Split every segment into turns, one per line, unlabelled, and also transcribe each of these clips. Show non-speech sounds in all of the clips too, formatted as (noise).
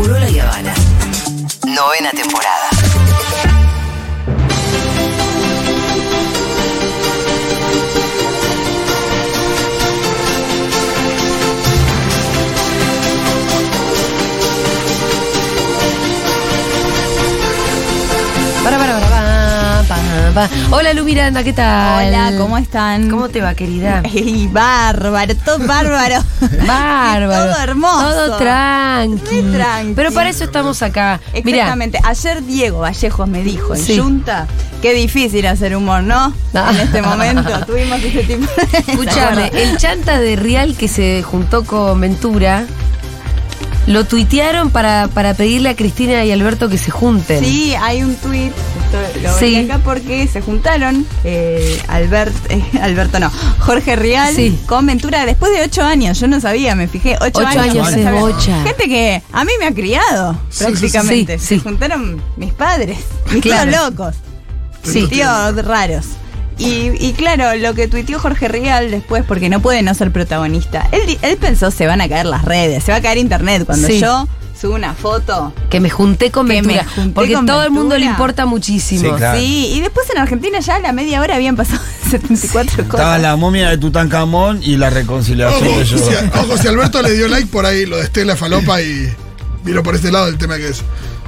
Urola y Habana. Novena temporada.
Para, para, para, pa, pa, pa. Hola Lu Miranda, ¿qué tal?
Hola, ¿cómo están?
¿Cómo te va,
(laughs)
querida?
Ey, bárbaro, todo
(laughs)
bárbaro.
Bárbaro.
Todo hermoso.
Todo tranqui.
Re tranqui.
Pero para eso estamos acá. Mirá,
Exactamente. Ayer Diego Vallejos me dijo en
Sí.
Junta, qué difícil hacer humor, ¿no?
Ah.
En este momento tuvimos ese tipo de... (laughs)
escúchame, el chanta de Real que se juntó con Ventura, lo tuitearon para, para pedirle a Cristina y Alberto que se junten.
Sí, hay un tuit, esto lo
Sí.
veía acá porque se juntaron eh, Albert, eh, (laughs) Alberto no, Jorge Rial
Sí.
con Ventura después de ocho años, yo no sabía, me fijé, ocho,
Ocho años
no
de
sabía.
bocha.
Gente que a mí me ha criado
Sí,
prácticamente,
sí, sí,
se
sí.
juntaron mis padres, (laughs) mis
Claro.
tíos locos,
Sí.
mis tíos raros. Y, y claro, lo que tuiteó Jorge Rial después, porque no puede no ser protagonista, él, di- él pensó se van a caer las redes, se va a caer internet cuando
Sí.
yo subo una foto
Que me junté con
Que me
Ventura.
junté
porque
con
todo el mundo le
Ventura.
importa muchísimo.
Sí, claro.
Sí, y después en Argentina ya a la media hora habían pasado (laughs) 74
Estaba
cosas. Oh,
la momia de Tutankamón y la reconciliación
Ojo,
de ellos.
si,
(laughs)
ojo, si Alberto le dio like por ahí, lo de Estela Falopa y vino por este lado el tema que es.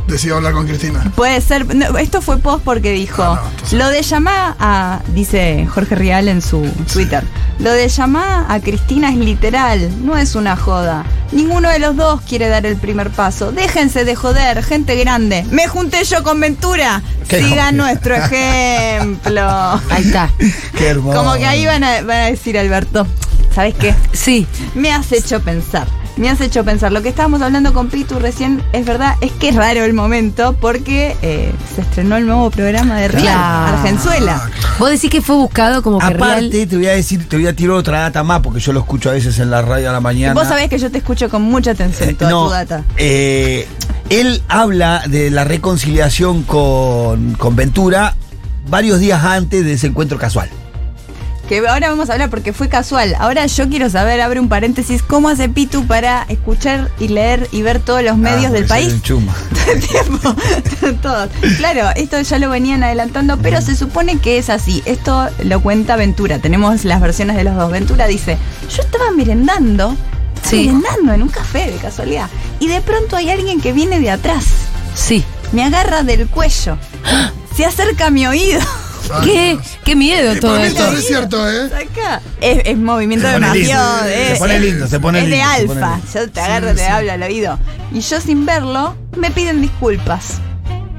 Decidió hablar con Cristina.
Puede ser, no, esto fue post porque dijo,
Ah, no, entonces-
lo de llamar a, dice Jorge Rial en su Twitter, lo de llamar a Cristina es literal, no es una joda. Ninguno de los dos quiere dar el primer paso. Déjense de joder, gente grande. Me junté yo con Ventura.
Qué
Sigan
joder. (laughs)
nuestro ejemplo.
Ahí está.
Qué hermoso.
Como que ahí van a, van a decir, Alberto, ¿sabes qué?
(laughs)
Sí.
Me has hecho pensar. Me has hecho pensar. Lo que estábamos hablando con Pitu recién es verdad, es que es raro el momento porque eh, se estrenó el nuevo programa de Real
Claro.
Argenzuela.
Ah,
Vos decís que fue buscado como que
Aparte,
Real.
te voy a decir, te voy a tirar otra data más, porque yo lo escucho a veces en la radio a la mañana.
Vos sabés que yo te escucho con mucha atención toda
No,
tu data.
eh, él habla de la reconciliación con, con Ventura varios días antes de ese encuentro casual.
Que ahora vamos a hablar porque fue casual. Ahora yo quiero saber, abre un paréntesis, cómo hace Pitu para escuchar y leer y ver todos los medios
Ah,
del
porque soy
país. (laughs)
un chuma.
tiempo. (laughs) Todos. Claro, esto ya lo venían adelantando, pero se supone que es así. Esto lo cuenta Ventura. Tenemos las versiones de los dos. Ventura dice: Yo estaba merendando, estaba
Sí.
merendando en un café de casualidad. Y de pronto hay alguien que viene de atrás.
Sí.
Me agarra del cuello. Se acerca a mi oído. (laughs)
¿Qué? Qué miedo
Y
todo
Ah, eh, para mí
esto.
todo es cierto, ¿eh?
Acá. Es, es movimiento
Se
de
pone
mafión.
lindo, se
es-
pone
es-
lindo, se pone
es de
lindo, se pone
alfa.
lindo.
Yo te agarro, te hablo al oído. Y yo sin verlo, me piden disculpas.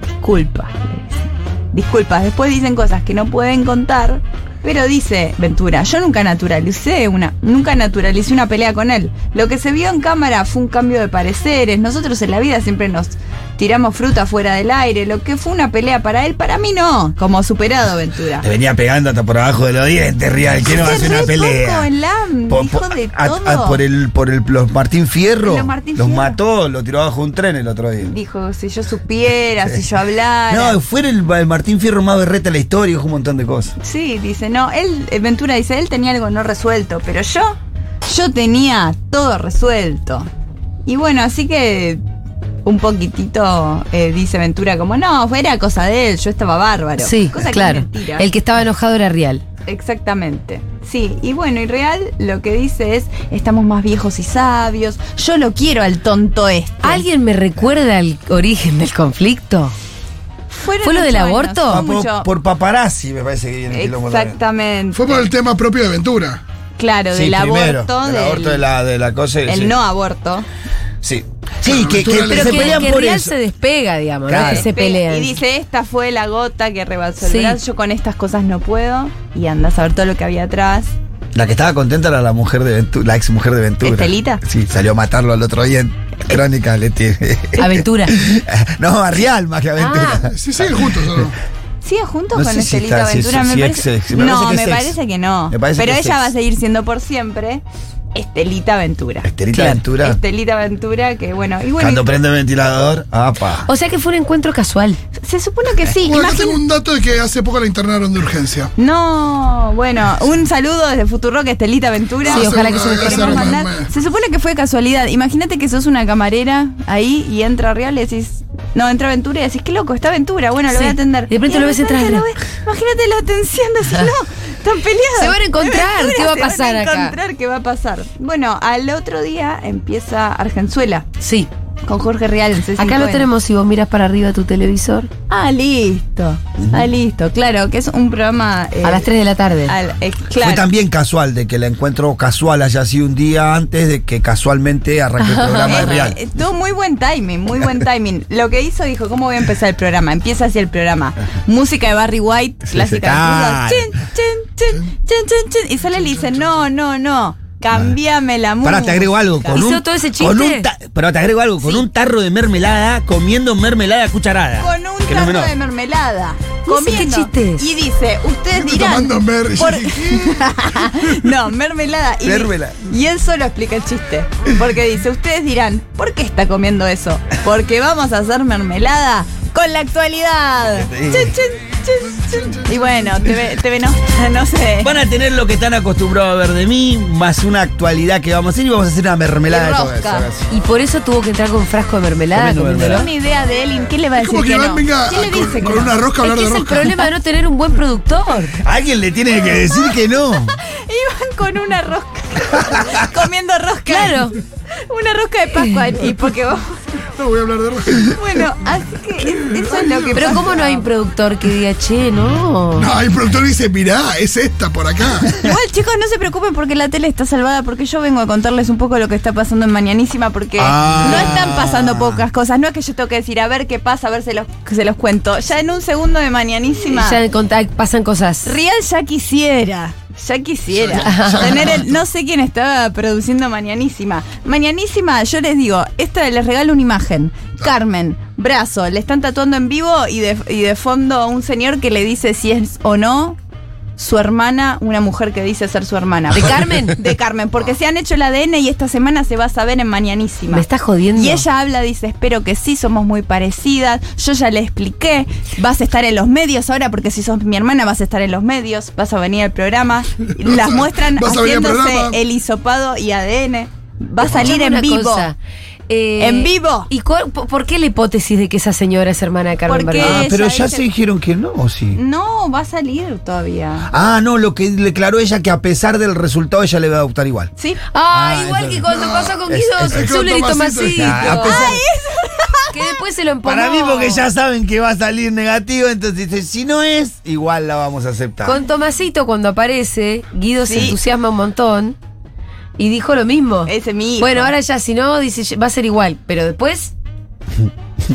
Disculpas. le dicen. Disculpas. Después dicen cosas que no pueden contar. Pero dice Ventura, yo nunca naturalicé una, nunca naturalicé una pelea con él. Lo que se vio en cámara fue un cambio de pareceres. Nosotros en la vida siempre nos tiramos fruta fuera del aire. Lo que fue una pelea para él, para mí no. Como superado Ventura.
Te venía pegando hasta por abajo de los dientes, Real. que no va a
Hace
hacer una
re poco
pelea?
en LAM,
Po-
dijo
po-
de
a-
todo.
a- por el, por el los Martín Fierro.
Los Martín Fierro.
mató, lo tiró bajo un tren el otro día.
Dijo, si yo supiera, si yo hablara.
No, fue el, el Martín Fierro más berreta de la historia, dijo un montón de cosas.
Sí, dice, no, él, eh, Ventura dice, él tenía algo no resuelto, pero yo, yo tenía todo resuelto. Y bueno, así que un poquitito eh, dice Ventura como, no, era cosa de él, yo estaba bárbaro.
Sí,
cosa que es
claro.
mentira.
El que estaba enojado era Real.
Exactamente. Sí, y bueno, y Real lo que dice es, estamos más viejos y sabios, yo lo quiero al tonto este.
¿Alguien me recuerda el origen del conflicto?
Fueron
¿Fue lo
ocho
del
años,
aborto?
fue
Ah, por,
mucho.
por paparazzi me parece que viene el quilombo también.
Exactamente.
Fue por el tema propio de Ventura.
Claro,
Sí,
del
primero,
aborto,
del aborto de la, de la cosa.
el
sí.
no aborto.
Sí. Sí, que, que
Pero
se
Pero que,
pelean
que
por
Real
eso.
se despega, digamos,
Claro.
no que se
Pe-
pelean.
Y dice, esta fue la gota que rebalsó el
Sí.
brazo, yo con estas cosas no puedo. Y anda a saber todo lo que había atrás.
La que estaba contenta era la mujer de Ventura, la ex mujer de Ventura.
¿Estelita?
Sí, salió a matarlo al otro día en
Eh.
Crónica le tiene.
Aventura.
(laughs) no, a Real más que a Ventura.
Ah.
Sí, siguen juntos, ¿o no?
¿Sigue junto
No
con
sé si
Estelita
está- si-
Ventura?
si-
me
si
parece,
ex- ex- me
no,
parece que
me
es ex.
parece que no.
Me parece
Pero
que es
ella
ex.
va a seguir siendo por siempre. Estelita Ventura.
Estelita
Claro.
Ventura.
Estelita Ventura, que bueno, y bueno,
Cuando prende el ventilador, apa.
O sea que fue un encuentro casual.
se supone que sí.
Bueno,
imagín-
acá tengo un dato de que hace poco la internaron de urgencia.
No, bueno, un saludo desde Futurock, Estelita Ventura.
Sí,
Hace
ojalá
un-
que se me
hace
Queremos
un-
mandar-
me-
Se supone que fue casualidad. Imagínate que sos una camarera ahí y entra Real y decís. No, entra Ventura y decís, qué loco, está Ventura. Bueno, lo
Sí.
voy a atender.
De pronto
Y
lo ves entrar,
lo
¿no?
ves- Imagínate la tensión, decís, no, están peleados.
Se van a encontrar,
Ventura,
¿qué va a
se van
pasar acá?
encontrar, ¿qué va a pasar? Bueno, al otro día empieza Argenzuela
Sí.
con Jorge Real. en
Acá lo
C5N.
tenemos si vos miras para arriba de tu televisor.
Ah, listo. Ah, listo. Claro, que es un programa. eh,
a las 3 de la tarde.
al- eh,
Fue
claro.
también casual de que el encuentro casual haya sido un día antes de que casualmente arranque
(laughs)
el programa de
Eh,
Real.
eh, Tuvo muy buen timing, muy buen
(laughs)
timing. Lo que hizo, dijo, ¿cómo voy a empezar el programa? Empieza así el programa. Música de Barry White,
Sí,
clásica.
sí,
de Cruz. Chin, chin, chin, chin, chin, chin. Y sale y le dice, no, no, no, cambiame la música.
Pará, te agrego algo. Con
¿Hizo
un,
todo ese
con
chiste?
un ta- pará, te agrego algo. Con un tarro de mermelada, comiendo mermelada a cucharada.
Con un
Que no es
tarro
menor.
de mermelada.
No sé qué
Comiendo.
chistes.
Y dice, ustedes
Estoy
dirán...
tomando Merry.
por-
Sí, sí.
(laughs) no, mermelada. Y,
Mermelada.
y él solo explica el chiste. Porque dice, ustedes dirán, ¿por qué está comiendo eso? Porque vamos a hacer mermelada con la actualidad.
Sí.
Chin, chin, chin, chin. Y bueno, TV, TV no, (laughs) no sé.
Van a tener lo que están acostumbrados a ver de mí, más una actualidad que vamos a hacer y vamos a hacer una
Y
mermelada de todo eso.
rosca.
gracias.
Y por eso tuvo que entrar con un frasco de mermelada.
Comiendo
comiendo-
mermelada.
Una idea de él, ¿qué le va a
Es
decir?
como que
que
Iván
no?
venga
¿Qué le
a- con-
dice que
con
no? (laughs)
una rosca a
Es que
hablar de
es el
rosca.
problema de no tener un buen productor.
Alguien le tiene que decir
(laughs)
que no.
Iban con una rosca. (laughs) comiendo rosca.
Claro. Eh.
Una rosca de Pascua. Y porque vos-
No voy a hablar de rosca.
Bueno, así que es- eso es lo que
Pero
pasa.
¿cómo no hay un productor que diga, che, no?
No, el productor dice, mirá, es esta por acá.
Igual, chicos, no se preocupen porque la tele está salvada, porque yo vengo a contarles un poco lo que está pasando en Mañanísima, porque
Ah.
no están pasando pocas cosas. No es que yo tengo que decir, a ver qué pasa, a ver se los, se los cuento. Ya en un segundo de Mañanísima,
Ya contá- pasan cosas.
Rial ya quisiera. Ya quisiera
Ya- ya-
tener el. No sé quién estaba produciendo Mañanísima. Mañanísima, yo les digo, esta les regalo una imagen. Carmen, brazo, le están tatuando en vivo y de, y de fondo a un señor que le dice si es o no su hermana, una mujer que dice ser su hermana.
(laughs) ¿De
(laughs)
Carmen?
De Carmen, porque se han hecho el ADN y esta semana se va a saber en Mañanísima.
Me está jodiendo.
Y ella habla, dice, espero que sí, somos muy parecidas, yo ya le expliqué, vas a estar en los medios ahora porque si sos mi hermana vas a estar en los medios, vas a venir al
(laughs)
programa, las muestran
vas a venir al
haciéndose
programa.
el hisopado y ADN, va a salir
Escuchame
en
una
vivo.
cosa. Eh,
En vivo.
¿Y cuál- po- por qué la hipótesis de que esa señora es hermana de Carmen
Porque-
Bernal?
Ah,
Ella
pero ya
dice-
se dijeron que no, ¿o sí?
No, va a salir todavía.
Ah, no, lo que declaró ella que a pesar del resultado ella le va a adoptar igual.
¿Sí?
Ah,
Ah,
igual
eso-
que cuando
no,
pasó con
es-
Guido
es-
es con
Zuller y
Tomasito.
Tomasito.
Ah, a pesar-
Que después se lo empomó.
Para mí, porque ya saben que va a salir negativo, entonces dice, si no es, igual la vamos a aceptar.
Con Tomasito, cuando aparece, Guido se
Sí.
entusiasma un montón y dijo lo mismo.
Ese es mi hijo.
Bueno, ahora ya, si no, dice, va a ser igual. Pero después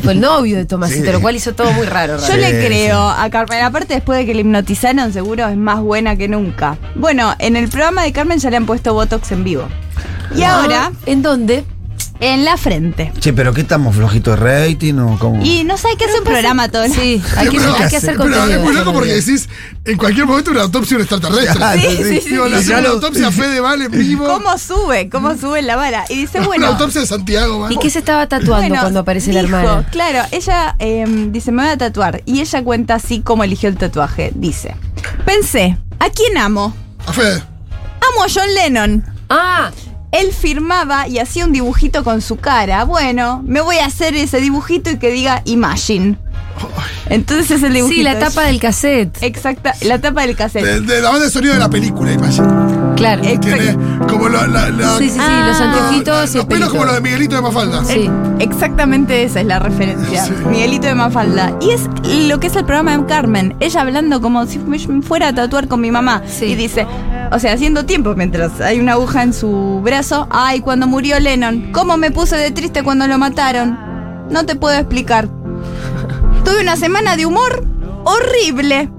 fue el novio de Tomasito,
Sí.
lo cual hizo todo muy raro.
Yo
realmente.
Sí,
le creo a Carmen, aparte después de que le hipnotizaron seguro es más buena que nunca. Bueno, en el programa de Carmen ya le han puesto Botox en vivo. Y
Ah.
ahora,
¿En dónde?
en la frente.
Che, pero ¿qué estamos flojitos de rating o cómo? (laughs)
Y no sabe qué hace un programa todo el
Sí, hay que,
Pero-
hay que hacer
pero
contenido.
es muy loco porque decís, en cualquier momento una autopsia de un extraterrestre.
Claro,
sí, sí,
Digo,
sí.
le
Ya
hacemos una
lo-
autopsia a Fede Vale en vivo.
¿Cómo sube? ¿Cómo sube la vara? Y dice,
Una
bueno.
autopsia de Santiago, ¿vale?
¿Y qué se estaba tatuando
bueno,
cuando aparece la
dijo,
hermana?
Claro, ella eh, dice, me voy a tatuar. Y ella cuenta así cómo eligió el tatuaje. Dice, pensé, ¿a quién amo?
A Fede.
Amo a John Lennon.
Ah,
Él firmaba y hacía un dibujito con su cara. Bueno, me voy a hacer ese dibujito y que diga Imagine. Entonces el dibujito.
sí, la
es-
tapa del
Eh,
cassette.
Exacta, la tapa del
De,
cassette.
de la banda de sonido de la película, imagínate.
Claro.
Ex-
Tiene como la, la- la-
Sí, sí, sí,
Ah.
los
la-
anteojitos y
los
el
pelos
pelito.
como los de Miguelito de Mafalda.
Sí.
Exactamente esa es la referencia.
Sí.
Miguelito de Mafalda. Y es lo que es el programa de Carmen. Ella hablando como si me fuera a tatuar con mi mamá.
Sí.
Y dice, o sea, haciendo tiempo mientras hay una aguja en su brazo. Ay, cuando murió Lennon. ¿Cómo me puse de triste cuando lo mataron? No te puedo explicar. Tuve una semana de humor horrible.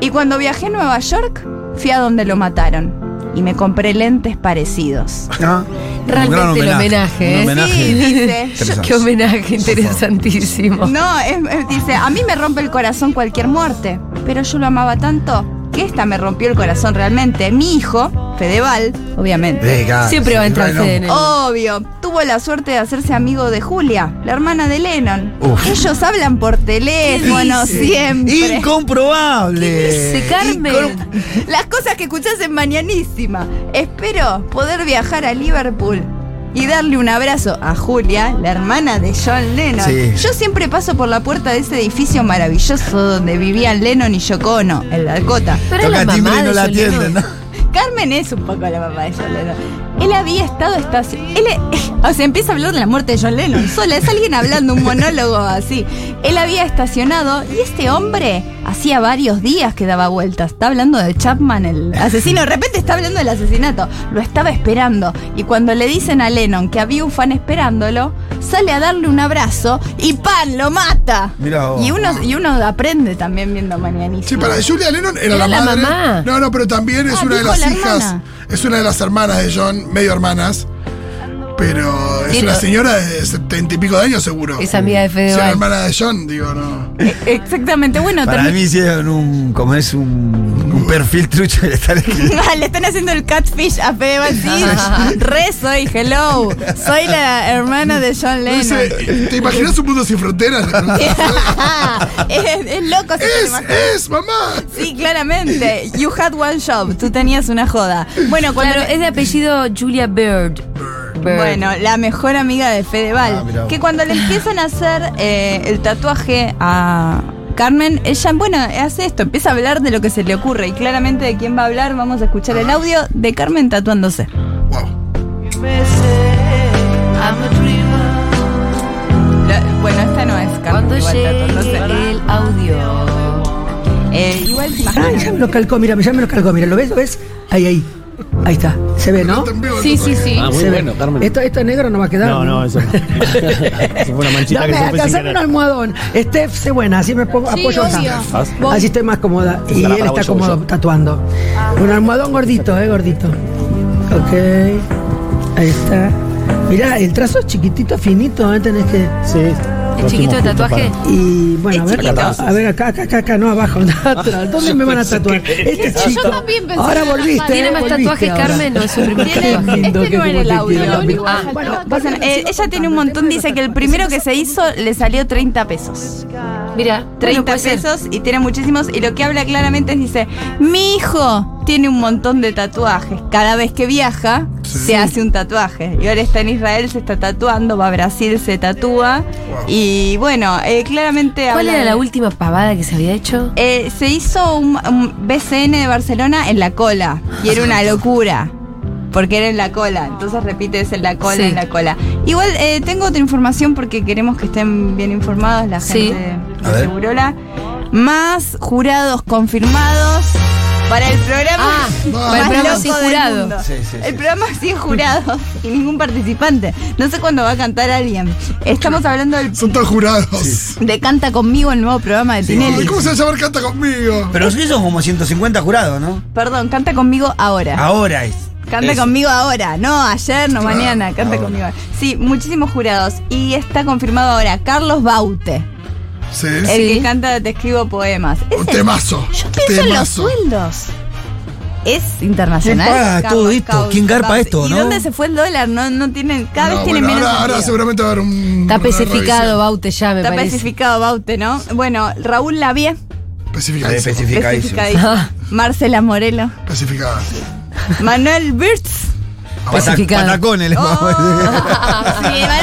Y cuando viajé a Nueva York, fui a donde lo mataron. Y me compré lentes parecidos.
Ah,
Realmente
un gran
el homenaje,
Un
¿eh?
homenaje.
Sí, dice.
Interesante.
Qué homenaje interesantísimo.
No, es- es- dice, a mí me rompe el corazón cualquier muerte, pero yo lo amaba tanto que esta me rompió el corazón realmente. Mi hijo Fedeval, obviamente.
Eh, claro,
Siempre
sí,
va a entrar
bueno.
Fede en el-
Obvio, tuvo la suerte de hacerse amigo de Julia, la hermana de Lennon.
Uf.
Ellos hablan por teléfono
dice?
siempre.
Incomprobable.
dice, Carmen?
Incom-
Las cosas que escuchás en Mañanísima. Espero poder viajar a Liverpool y darle un abrazo a Julia, la hermana de John Lennon.
Sí.
Yo siempre paso por la puerta de ese edificio maravilloso donde vivían Lennon y Yoko Ono, en la Dakota.
Pero es
Toca
la
timbre
mamá
y no
de
la
John Lennon.
atienden, ¿no?
Carmen es un poco la mamá de John Lennon. Él había estado estacio- Él, e- (laughs) o sea, empieza a hablar de la muerte de John Lennon sola. Es alguien hablando un monólogo así. Él había estacionado y este hombre hacía varios días que daba vueltas. Está hablando de Chapman, el asesino. De repente está hablando del asesinato. Lo estaba esperando. Y cuando le dicen a Lennon que había un fan esperándolo, sale a darle un abrazo y ¡pam! lo mata.
Mirá vos.
y, uno, y uno aprende también viendo Mañanita.
Sí, para Julia Lennon era
Era
la,
la
madre.
mamá.
No, no, pero también es
Ah,
una de
dijo
las
la
hijas.
hermana.
Es una de las hermanas de John, medio hermanas. Pero es
Tiene-
una señora de setenta y pico de años seguro.
Es amiga de
Si era
Fedeval.
hermana de John, digo, no.
E- Exactamente. Bueno,
Para
termi-
mí hicieron un, como es un, un perfil trucho que le
(laughs)
(laughs)
están escribiendo.
Ah, Le están haciendo el catfish a
(laughs)
Fede Balsín. Re soy, hello. Soy la hermana de John
Dice,
Lennon. (laughs)
¿te imaginas un mundo
(laughs)
sin fronteras? Le pregunto.
es, es loco. si te
es,
imaginas.
es, mamá.
Sí, claramente. You had one job. Tú tenías una joda. Bueno, cuando
Claro, es de apellido Julia Bird. Bird.
Bueno, la mejor amiga de Fedeval.
Ah, mirá vos.
que cuando le empiezan a hacer eh, el tatuaje a Carmen, ella, bueno, hace esto, empieza a hablar de lo que se le ocurre. Y claramente de quién va a hablar, vamos a escuchar el audio de Carmen tatuándose.
Wow.
Lo- bueno, esta no es Carmen.
Cuando
igual
llegue
tatuándose.
el audio.
Eh, igual se
Ah, ya me lo calcó, mira, ya me lo calcó, mira, ¿lo ves? ¿Lo ves? Ahí, ahí. Ahí está, se ve, ¿no?
Está en vivo el
Sí, sí,
tatuaje.
sí.
Ah, muy
Se ve.
bueno, Carmen.
Esto, esto es negro no va a quedar.
No, no, eso.
(laughs)
eso fue una manchita
Dame,
que se fue sin
alcanzame
querer.
un almohadón. Steph, sé buena, así me pongo,
Sí,
apoyo acá.
obvio.
¿Vas?
Voy.
Así estoy más cómoda.
Eso
Y
será
él
para
está
vos, yo,
cómodo
yo.
tatuando. Un almohadón gordito, eh, gordito. Ok. Ahí está. Mirá, el trazo es chiquitito, finito, ¿eh? tenés que.
Sí.
¿El
Nos
chiquito de
fuimos juntos
tatuaje?
Y bueno, a
Es
ver,
chiquito.
a ver, acá, acá, acá, acá, (laughs) no abajo. atrás. ¿Dónde me van a tatuar? Este es chico.
también pensé
ahora
en las
volviste.
manos.
¿Tiene
eh,
más
volviste
tatuajes,
ahora.
Carmen, o es su primer
(laughs) Qué
tatuaje?
lindo
Este
que
no era
como
el
te
audio.
quiero,
Lo
amigo.
único
Ah,
que faltaba
Bueno,
acá
pasen-
Pasan- eh, ella tiene un montón, dice que el primero que se hizo le salió 30 pesos.
Mira,
30
30 pesos.
pesos y tiene muchísimos. Y lo que habla claramente es, dice, mi hijo tiene un montón de tatuajes. Cada vez que viaja, se hace un tatuaje. Y ahora está en Israel, se está tatuando, va a Brasil, se tatúa. Y bueno, eh, claramente...
¿Cuál
habla
era
de-
la última pavada que se había hecho?
Eh, se hizo un, un BCN de Barcelona en la cola. Y era una locura. Porque era en la cola. Entonces repites en la cola,
Sí.
en la cola. Igual eh, tengo otra información porque queremos que estén bien informados la
Sí.
gente
A
de
ver.
Segurola. Más jurados confirmados para el programa.
Ah,
más
para el programa
loco
sin
del
jurado.
mundo.
Sí, sí,
El
sí.
programa sin jurados y ningún participante. No sé cuándo va a cantar alguien. Estamos hablando del,
Son todos jurados.
de Canta conmigo, el nuevo programa de Tinelli.
Ay, ¿Cómo se va a llamar Canta conmigo?
Pero sí son como 150 jurados, ¿no?
Perdón, canta conmigo ahora.
Ahora es.
Canta
Ah, Es- Ah,
conmigo ahora, no ayer, no mañana, canta
ahora.
conmigo. Sí, muchísimos jurados. Y está confirmado ahora Carlos Baute,
Sí.
el
Sí.
que canta Te escribo poemas.
Un
Ese-
temazo.
yo pienso en los
Temazo.
sueldos. Es
¿Quién
internacional.
paga
Carlos
todo esto?
Baute.
¿Quién garpa esto,
¿Y
no?
dónde se fue el dólar? No, no tienen, cada
No,
vez tiene
bueno,
menos.
ahora, ahora
sentido.
seguramente va a haber un.
Está
una
especificado,
revisión.
Baute, ya me
Está
parece.
especificado Baute, ¿no? Bueno, Raúl Lavie,
Especificadísimo.
Especificadísimo.
especificadísimo. Marcela Morelo,
Especificada.
Manuel
(laughs)
Birtz.
Especificado.
Patacones le vamos a
Oh, sí, Manuel Birtz.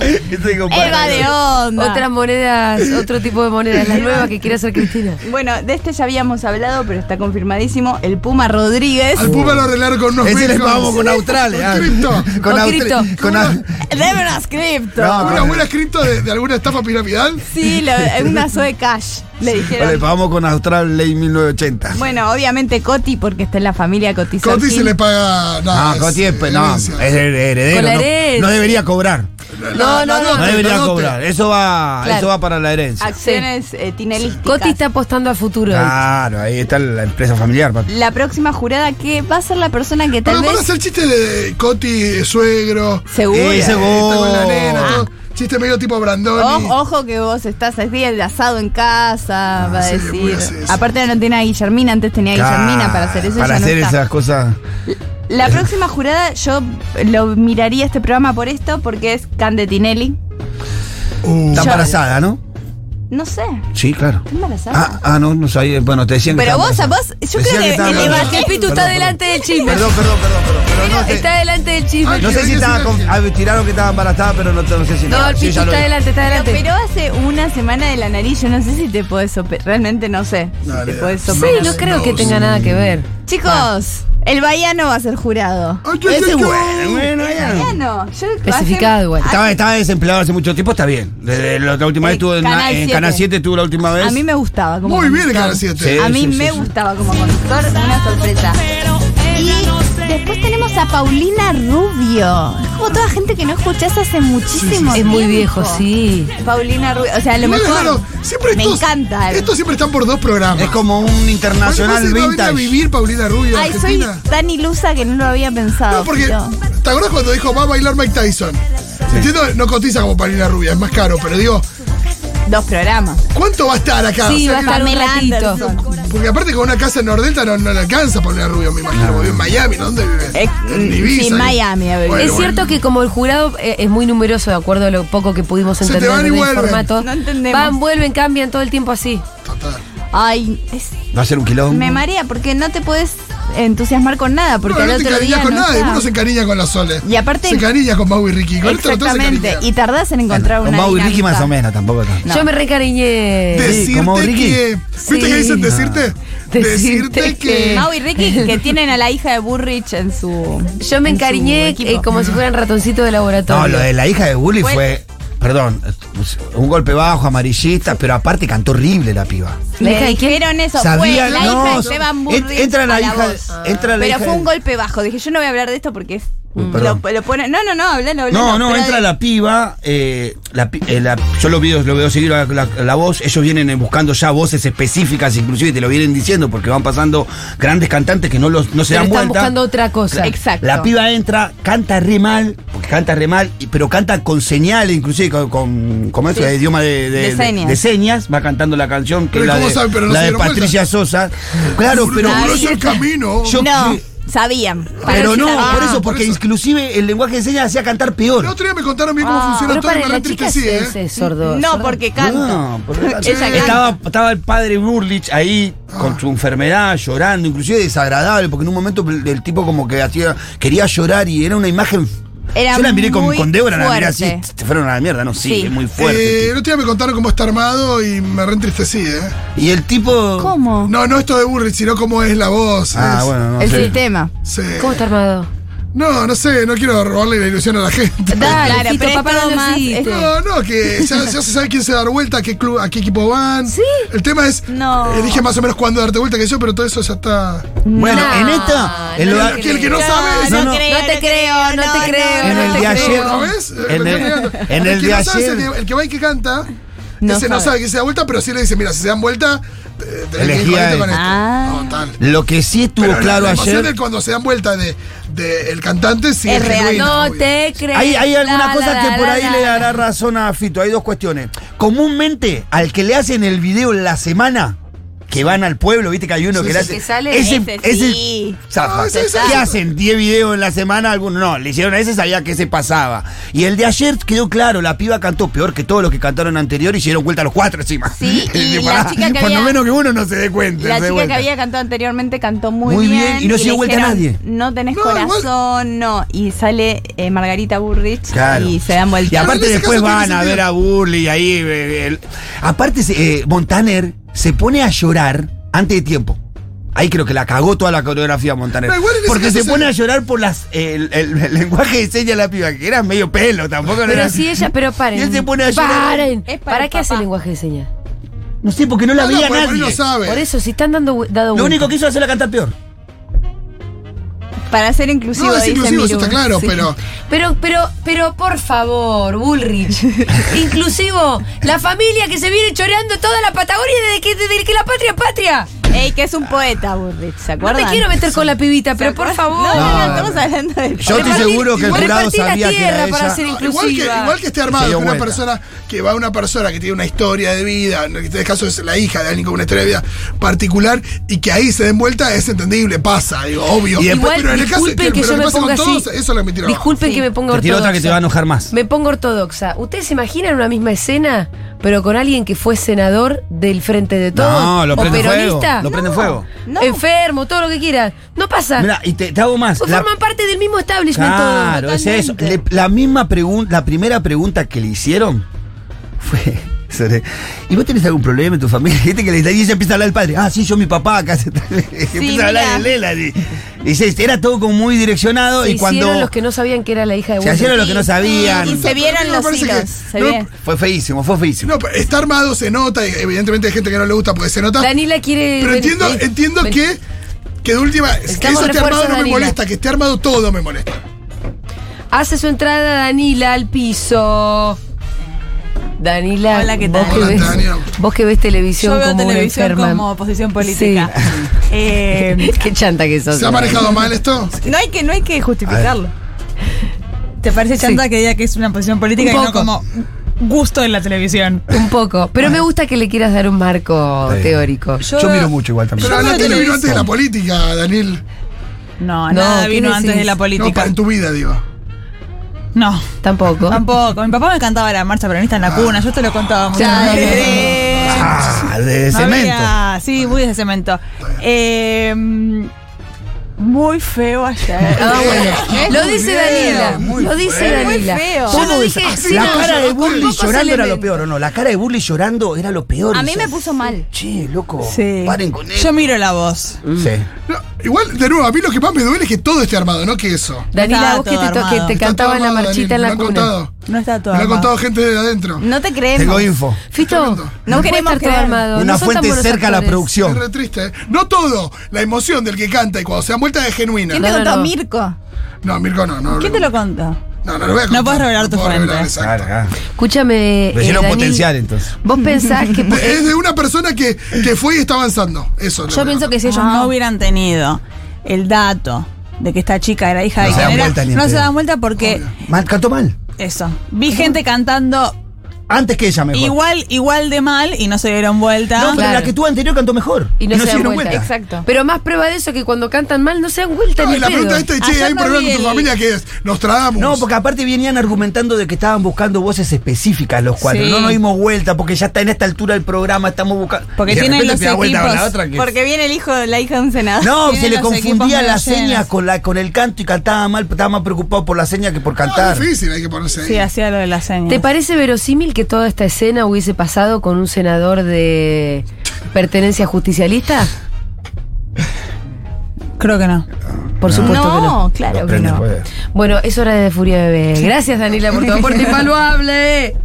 decir. (laughs) Este Estoy con
Eva de onda.
Otras monedas, otro tipo de monedas, las nuevas que quiere hacer Cristina.
Bueno, de este ya habíamos hablado, pero está confirmadísimo. El Puma Rodríguez.
Al Puma lo arreglaron con unos
Ese le
micos.
pagamos con Australia. ah.
Con cripto.
(laughs) Con
Con
Australia.
cripto.
Con Au-
(laughs) Deme unas cripto.
No,
Una
con-
buena cripto de, de alguna estafa piramidal.
Sí, lo- una Zoe Cash. Le dijeron.
Le pagamos con Austral Ley 1980.
Bueno, obviamente Coti, porque está en la familia Coti.
Coti
Sorkin.
se le paga nada.
No, Coti es, no, es
herencia.
her- heredero.
Con la
no-
herencia.
No, debería cobrar.
La-
No, no,
la
no.
No
nota,
debería
la nota.
cobrar. Eso va,
Claro.
eso va para la herencia.
Acciones eh, tinelísticas.
Coti está apostando a futuro.
Claro, ahí está la empresa familiar, papi.
La próxima jurada que va a ser la persona que tal
Pero van a
vez.
hacer chistes de Coti, suegro.
Seguro.
eh,
Ese Ah, vos.
está con la nena, todo.
Ah.
Chiste medio tipo Brandoni.
O- ojo que vos estás así, el asado en casa, va a
sí,
decir.
muy así es.
Aparte no tiene a Guillermina, antes tenía a Guillermina para hacer eso.
Ah, Para
ya no
hacer
está.
esas cosas.
La próxima jurada, yo lo miraría este programa por esto, porque es Candetinelli.
Uh,
Está
Ya.
embarazada, ¿no?
No sé,
Sí, claro.
está embarazada.
Ah, ah, no, no sabía. Bueno, te decían que
Pero
estaba
vos, a
embarazada.
vos, yo
Decían
creo que
estaba
el
embarazada.
Evangelito está
Perdón,
delante del chisme.
Perdón, perdón, perdón, perdón. pero no sé-
Está delante del chisme.
Ay,
No sé si estaba. con- ah, Tiraron que estaba embarazada, pero no, no sé si.
No, el
sí,
Pitu
ya lo
está
vi.
adelante, está
Pero,
adelante.
Ah, pero hace una semana de la nariz, yo no sé si te puedes operar. Realmente no sé si
Dale,
te
dale.
puedes
sí,
operar.
no creo que tenga nada que ver.
Chicos, el baiano va a ser jurado.
ay, ay,
Ese
ay,
es
ay.
bueno, bueno, ya.
Baiano, yo
Especificado igual.
Estaba, estaba desempleado hace mucho tiempo, está bien. Desde la, la
Eh,
última vez estuvo en, la-
Canal
en
7.
Canal 7, estuvo la última vez.
A mí me gustaba como
Muy bien,
conductor.
Canal 7.
Sí,
A mí
sí, sí,
me
sí.
gustaba como conductor, una sorpresa. Y después tenemos a Paulina Rubio. Es como toda gente que no escuchás hace muchísimo tiempo.
Es muy viejo, sí.
Paulina Rubio, o sea, a lo
Igual es
mejor
raro, siempre
me
estos,
encanta.
Estos siempre están por dos programas.
Es como un internacional
¿Cuándo vas a ir a
vintage.
vivir Paulina Rubio a
Ay, soy
Argentina?
tan ilusa que no lo había pensado.
No, porque.
pero-
¿Te acuerdas cuando dijo va a bailar Mike Tyson? Entiendo, no cotiza como Paulina Rubia, es más caro, pero digo,
Dos programas.
¿cuánto va a estar acá?
Sí, va a estar un
Pamela
ratito.
Anderson.
Porque aparte con una casa en Nordelta no, no le alcanza Paulina Rubio, me imagino. Vive en Miami, ¿no? ¿dónde vive?
Eh,
En
sí,
Ibiza. ¿no?
Miami, a ver.
Bueno,
Es cierto que como el jurado eh, es muy numeroso, de acuerdo a lo poco que pudimos
Se te
entender
van y
del
vuelven.
formato,
No entendemos.
van, vuelven, cambian todo el tiempo así.
total.
Ay, es-
Va a ser un quilombo.
me marea porque no te puedes entusiasmar con nada, porque
no,
al
no te
otro
encariñas
día
con
no
nadie,
está.
uno se encariña con la Sole.
Y aparte-
Se encariña con Mau y Ricky. Con esto no te vas a
Exactamente,
encariñar.
y tardás en encontrar
Bueno,
una
Con Mau y Ricky
dinámica.
más o menos, tampoco tanto.
No.
Yo me recariñé.
Sí,
Decirte
como Ricky.
que. ¿Viste
Sí. Ah.
qué dicen decirte?
Decirte que-
eh, Mau y
(laughs)
Ricky que tienen a la hija de Burrich en su
Yo me
en su
encariñé
equipo.
eh, como si fueran ratoncito de laboratorio.
No, lo de la hija de Bully
Fue-
fue. Perdón, un golpe bajo, amarillista, pero aparte cantó horrible la piba.
¿La hija
Le
de quién?
dijeron eso,
Sabía-
fue la
no,
hija de
so-
Esteban
en-
Burrich
entra la
a
hija-
voz.
entra la
Pero
hija
fue
de-
un golpe bajo, dije, yo no voy a hablar de esto porque es
Uy,
lo,
perdón.
lo pone, no, no, no, hablalo, hablalo.
No, no,
pero
entra
de-
la piba, eh, la pi- eh, la- yo lo veo, lo veo seguir la, la- la voz, ellos vienen eh, buscando ya voces específicas, inclusive te lo vienen diciendo porque van pasando grandes cantantes que no, los, no se
Pero
dan
están
vuelta.
buscando otra cosa.
Exacto.
La piba entra, canta re mal, porque canta re mal, y- pero canta con señales, inclusive con, con ¿cómo es?
Sí.
El idioma de,
De señas.
señas, va cantando la canción que
Pero
es la
¿cómo
de,
saben? Pero no
la
se
de
dieron vuelta.
Patricia Sosa. Claro, pero
no es el camino.
Yo-
No,
sí.
sabían.
Patricia
pero no,
Sosa.
por
Ah,
eso,
por
porque
eso.
inclusive el lenguaje de señas hacía cantar peor.
El otro día me contaron bien cómo
Ah.
funciona
Pero
todo y me
para la chica es,
entristecí, ¿eh?
es- es sordo.
No,
sordo.
porque canta.
No, porque era-
Ella canta.
estaba, estaba el padre Burlich ahí con su enfermedad, llorando, inclusive desagradable, porque en un momento el, el tipo como que hacía, quería llorar y era una imagen.
Era
yo la miré con,
muy
con Débora, la miré así,
fuerte.
te fueron a la mierda, no, sí,
Sí.
es muy
Eh,
fuerte.
el otro día me contaron cómo está armado y me reentristecí, ¿eh?
y el tipo.
Oh.
¿Cómo?
No, no esto de Burrich, sino cómo es la voz.
Ah,
es-
bueno, no
El
sé.
sistema.
sí.
¿Cómo está armado?
No, no sé, no quiero robarle la ilusión a la gente.
Dale,
Claro,
Fito,
pero es
papá
todo
no
más-
existe.
es-
No, no, que ya, ya se sabe quién se va a dar vuelta, a qué club, a qué equipo van.
Sí.
El tema es,
No.
eh, dije más o menos cuándo darte vuelta que yo, pero todo eso ya está.
Bueno,
No,
en esta. en
no
lo-
lo
que el que no sabe,
No, no.
No te creo, no te creo,
En
no
el
te
de
creo.
ayer.
¿No ves? Eh,
En
me
el-
estoy mirando.
en el
que
de
no sabe es
ayer-
el, que- el que va y que canta,
No
ese no
sabe.
sabe que se da vuelta, pero sí le dice, mira, si se dan vuelta, te- tenés que ir
Elegí
con
a
este,
él.
con este.
Ah.
No, tal.
Lo que sí estuvo
Pero la-
claro
la emoción
ayer.
de cuando se dan vuelta del de, el cantante, sí.
Es real,
genuina,
No
obvio.
te creo.
Hay, hay alguna
La,
cosa
la,
que por
la,
ahí
la,
le
la.
dará razón a Fito. Hay dos cuestiones. Comúnmente, al que le hacen el video en la semana, que van al pueblo, viste que hay uno
Sí,
que
sí,
le
sí.
hace.
Que sale-
ese sí.
zafa.
Ah, ese sí.
¿Qué hacen? ¿10 videos en la semana? Algunos no. Le hicieron a ese, sabía que ese pasaba. Y el de ayer quedó claro, la piba cantó peor que todos los que cantaron anterior y se dieron cuenta los cuatro encima. (laughs)
Sí, y la
Pará,
chica que
Por lo
había-
menos que uno no se dé cuenta.
La
se
chica
dé
que
vuelta.
había cantado anteriormente cantó muy,
Muy
bien.
bien, y no se
le
dio vuelta a
dijeron,
nadie.
No tenés
No, igual-
corazón, no. Y sale eh, Margarita Burrich
Claro.
y se dan vuelta.
Y aparte
Pero en ese
después
caso tiene
van a
sentido.
ver a Burley ahí. eh, el- aparte, se- eh, Montaner se pone a llorar antes de tiempo. Ahí creo que la cagó toda la coreografía Montaner.
No, igual en ese
porque
caso
se
se-
pone a llorar por las eh, el, el- el lenguaje de señas de la piba, que era medio pelo, tampoco no
Pero
era.
si ella, pero paren.
Y él se pone a llorar.
paren.
Es para
¿Para
el
qué hace
papá.
lenguaje de señas?
No sé, porque no la
No, no,
veía
por ahí
nadie.
no sabe.
Por eso, si están dando vu- dado
Lo único
vuelta.
que hizo es hacerla cantar peor.
Para ser inclusivo.
No, es
dice
inclusivo, eso
Miru.
está claro,
Sí.
pero.
Pero, pero, pero por favor,
(laughs)
Bullrich. Inclusivo, la familia que se viene choreando toda la Patagonia desde que, desde que la patria es patria.
Ey, que es un poeta, Burrich, ¿se
No
acuerdan?
me quiero meter con la pibita, pero por favor.
No, no, no,
No.
estamos hablando de.
Yo estoy
Repartí-
seguro que el
igual
jurado
repartí la
sabía que era
tierra para
ella.
ser inclusiva.
Igual que, igual que esté armado,
Se
que
dio
una
vuelta.
persona que va una persona que tiene una historia de vida, en este caso es la hija de alguien con una historia de vida particular, y que ahí se den vuelta, es entendible, pasa, digo, obvio.
Y después-
Igual, disculpen que
pero
yo
lo
me
pasa con
ponga así.
todos, eso es lo que me tiraba.
Disculpen que me ponga
Te tiró
ortodoxa.
otra que te va a enojar más.
Me pongo ortodoxa. ¿Ustedes se imaginan una misma escena, pero con alguien que fue senador del Frente de Todos?
No, lo
o
prende fuego.
peronista?
Lo prende
No,
fuego.
no.
Enfermo, todo lo que quieran. No pasa.
Mira, y te, te hago más.
Pues
La-
forman parte del mismo establishment
Claro,
todo.
es eso. Le- la misma pregunta, la primera pregunta que le hicieron fue (laughs) sobre, ¿y vos tenés algún problema en tu familia? (laughs) Gente que le y ella empieza a hablar del padre. Ah, sí, yo mi papá acá se (laughs) empieza a hablar de Lela. Y, y dice, era todo como muy direccionado
Se
y cuando
hicieron los que no sabían que era la hija de
se hacieron los que no sabían.
Y se
A mí
vieron
me
los
parece que-
hilos. Se
no,
vieron.
Fue feísimo, fue feísimo.
No, pero está armado, se nota, y evidentemente hay gente que no le gusta porque se nota.
Danila quiere.
Pero
ven-
entiendo,
ven-
entiendo
ven-
que, que de última, que
Necesitamos
eso esté armado
refuerzos,
no me
Daniela.
molesta, que esté armado todo me molesta.
Hace su entrada Danila al piso. Danila,
Hola, ¿qué
vos
tal?
que
Hola,
ves,
Daniel.
vos que ves televisión
Yo veo
como una
televisión
enferma.
como oposición política. Eh,
Sí. (laughs) Qué chanta que sos. ¿eh?
¿Se ha manejado mal esto?
no, hay que, no hay que justificarlo. ¿Te parece chanta que diga que es una posición política
Un
y no
poco.
como gusto en la televisión?
Un poco. Pero me gusta que le quieras dar un marco
Está bien.
teórico.
Yo, miro mucho igual también.
Pero
creo
la
que
tele
lo
vino
hizo.
antes de la política, Daniel.
No,
No,
nada
¿qué
vino antes
decís?
de la
No,
política.
para en tu vida, digo.
No,
Tampoco.
tampoco. Mi papá me cantaba la marcha peronista en la cuna, yo te lo contaba
(laughs)
mucho.
Ya,
Eh,
Ah, de
no
cemento.
había- Ah, sí, muy de cemento. Eh, muy feo ayer.
Ah, bueno. Lo
muy
dice
feo,
Daniela.
muy
Lo dice
feo.
Muy
Danila.
feo.
Yo
Todo
no dije. sí,
la
no,
cara
yo-
de Burley
pocos
llorando era lo
elementos.
peor, ¿o no? La cara de Burley llorando era lo peor.
A mí
Dice,
me puso mal.
Che, loco,
Sí.
paren con eso.
Yo miro la voz.
Sí.
No, igual, de nuevo, a mí lo que más me duele es que todo esté armado, no que eso.
Danila,
Estaba
vos que
todo
te, to- que
armado.
te
Está
cantaba
todo
la
armado,
marchita en
Daniel,
la
me lo han
cuna.
contado.
No está todo.
Me lo ha
armado.
contado gente de adentro.
No te
Tengo
creemos.
info.
Fito,
Tremendo.
no, queremos
No queremos
estar
creer.
armado.
Una
no sos tan
fuente
buenos
cerca a la
actores.
Es
producción.
re triste. ¿eh? No todo. La emoción del que canta y cuando se da vuelta es genuina.
¿Quién
No,
te
no,
contó
no.
Mirko?
No, Mirko, no. no
¿Quién te lo contó?
No, no lo voy a contar.
puedes revelar tu
puedo revelar,
fuente.
exacto.
Escúchame. eh,
Vecino
Danil,
potencial, entonces.
Vos pensás que.
De- Es de una persona que, que fue y está avanzando. Eso. es lo
Yo
que-
pienso que si ellos
ellos no
no.
hubieran tenido el dato de que esta chica era hija
No
de
se dan
Guerrera,
vuelta ni en
no se
pedo.
dan vuelta porque
Mal, cantó mal.
eso. Vi gente cantando
Antes que ella, mejor.
igual, igual de mal y no se dieron vuelta.
No, pero
Claro.
la que tuvo anterior cantó mejor.
Y no, se dan
dieron
vuelta.
cuenta.
Exacto.
Pero más prueba de eso que cuando cantan mal no se dan vuelta
No,
ni
y la
este pedo.
pregunta esta, che,
Ayer
¿hay
no
problema
vi
con tu
el-
familia? ¿Qué es? Nostradamus.
No, porque aparte venían argumentando de que estaban buscando voces específicas los cuatro.
Sí.
No nos dimos vuelta porque ya está en esta altura del programa, estamos buscando.
Porque
Y de
tienen
repente
los
te da vuelta
equipos.
a la otra que-
Porque viene el hijo, la hija de un senador.
No,
tienen
se le
los equipos
confundía
medio
la
llenos.
seña con, la, con el canto y cantaba mal, estaba más preocupado por la seña que por
No,
cantar.
Ah, es difícil, hay que ponerse ahí.
Sí, hacía lo de la seña.
¿Te parece verosímil que toda esta escena hubiese pasado con un senador de pertenencia justicialista?
Creo que no.
Por supuesto que no.
No, claro que no.
pues.
Bueno, es hora de Furia Bebé. Gracias, Danila, por (laughs) tu aporte invaluable.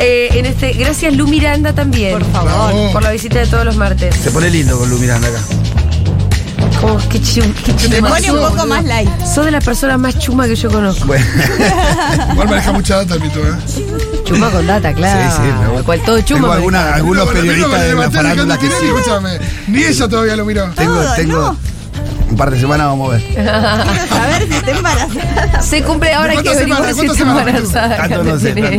Eh, en este, gracias, Lu Miranda también. Por
favor.
Por la visita de todos los martes.
Se pone lindo con Lu Miranda acá.
Oh, qué chu- qué chu-
Te
Pone
pasó,
un poco
boludo.
más light.
Sos de la persona más chuma que yo conozco.
Bueno.
Igual maneja mucha data, el mito, ¿eh?
Chuma con data, claro.
Sí, sí, me gusta.
Lo cual todo chuma.
Tengo
me
alguna-
encanta.
algunos
Bueno, mira,
periodistas
me
de la
levanté de
farándula
Alejandro
que sí.
Tinelli, escúchame. Ni ella todavía lo miró.
Tengo,
Todo,
tengo
¿no?
un par de semanas vamos a ver.
A ver si te embarazas.
Se cumple ahora que
cuántas
venimos de
semanas? ¿De cuántas
siete
semanas?
(laughs) embarazadas.
Tanto no sé,
Caterine.
tanto.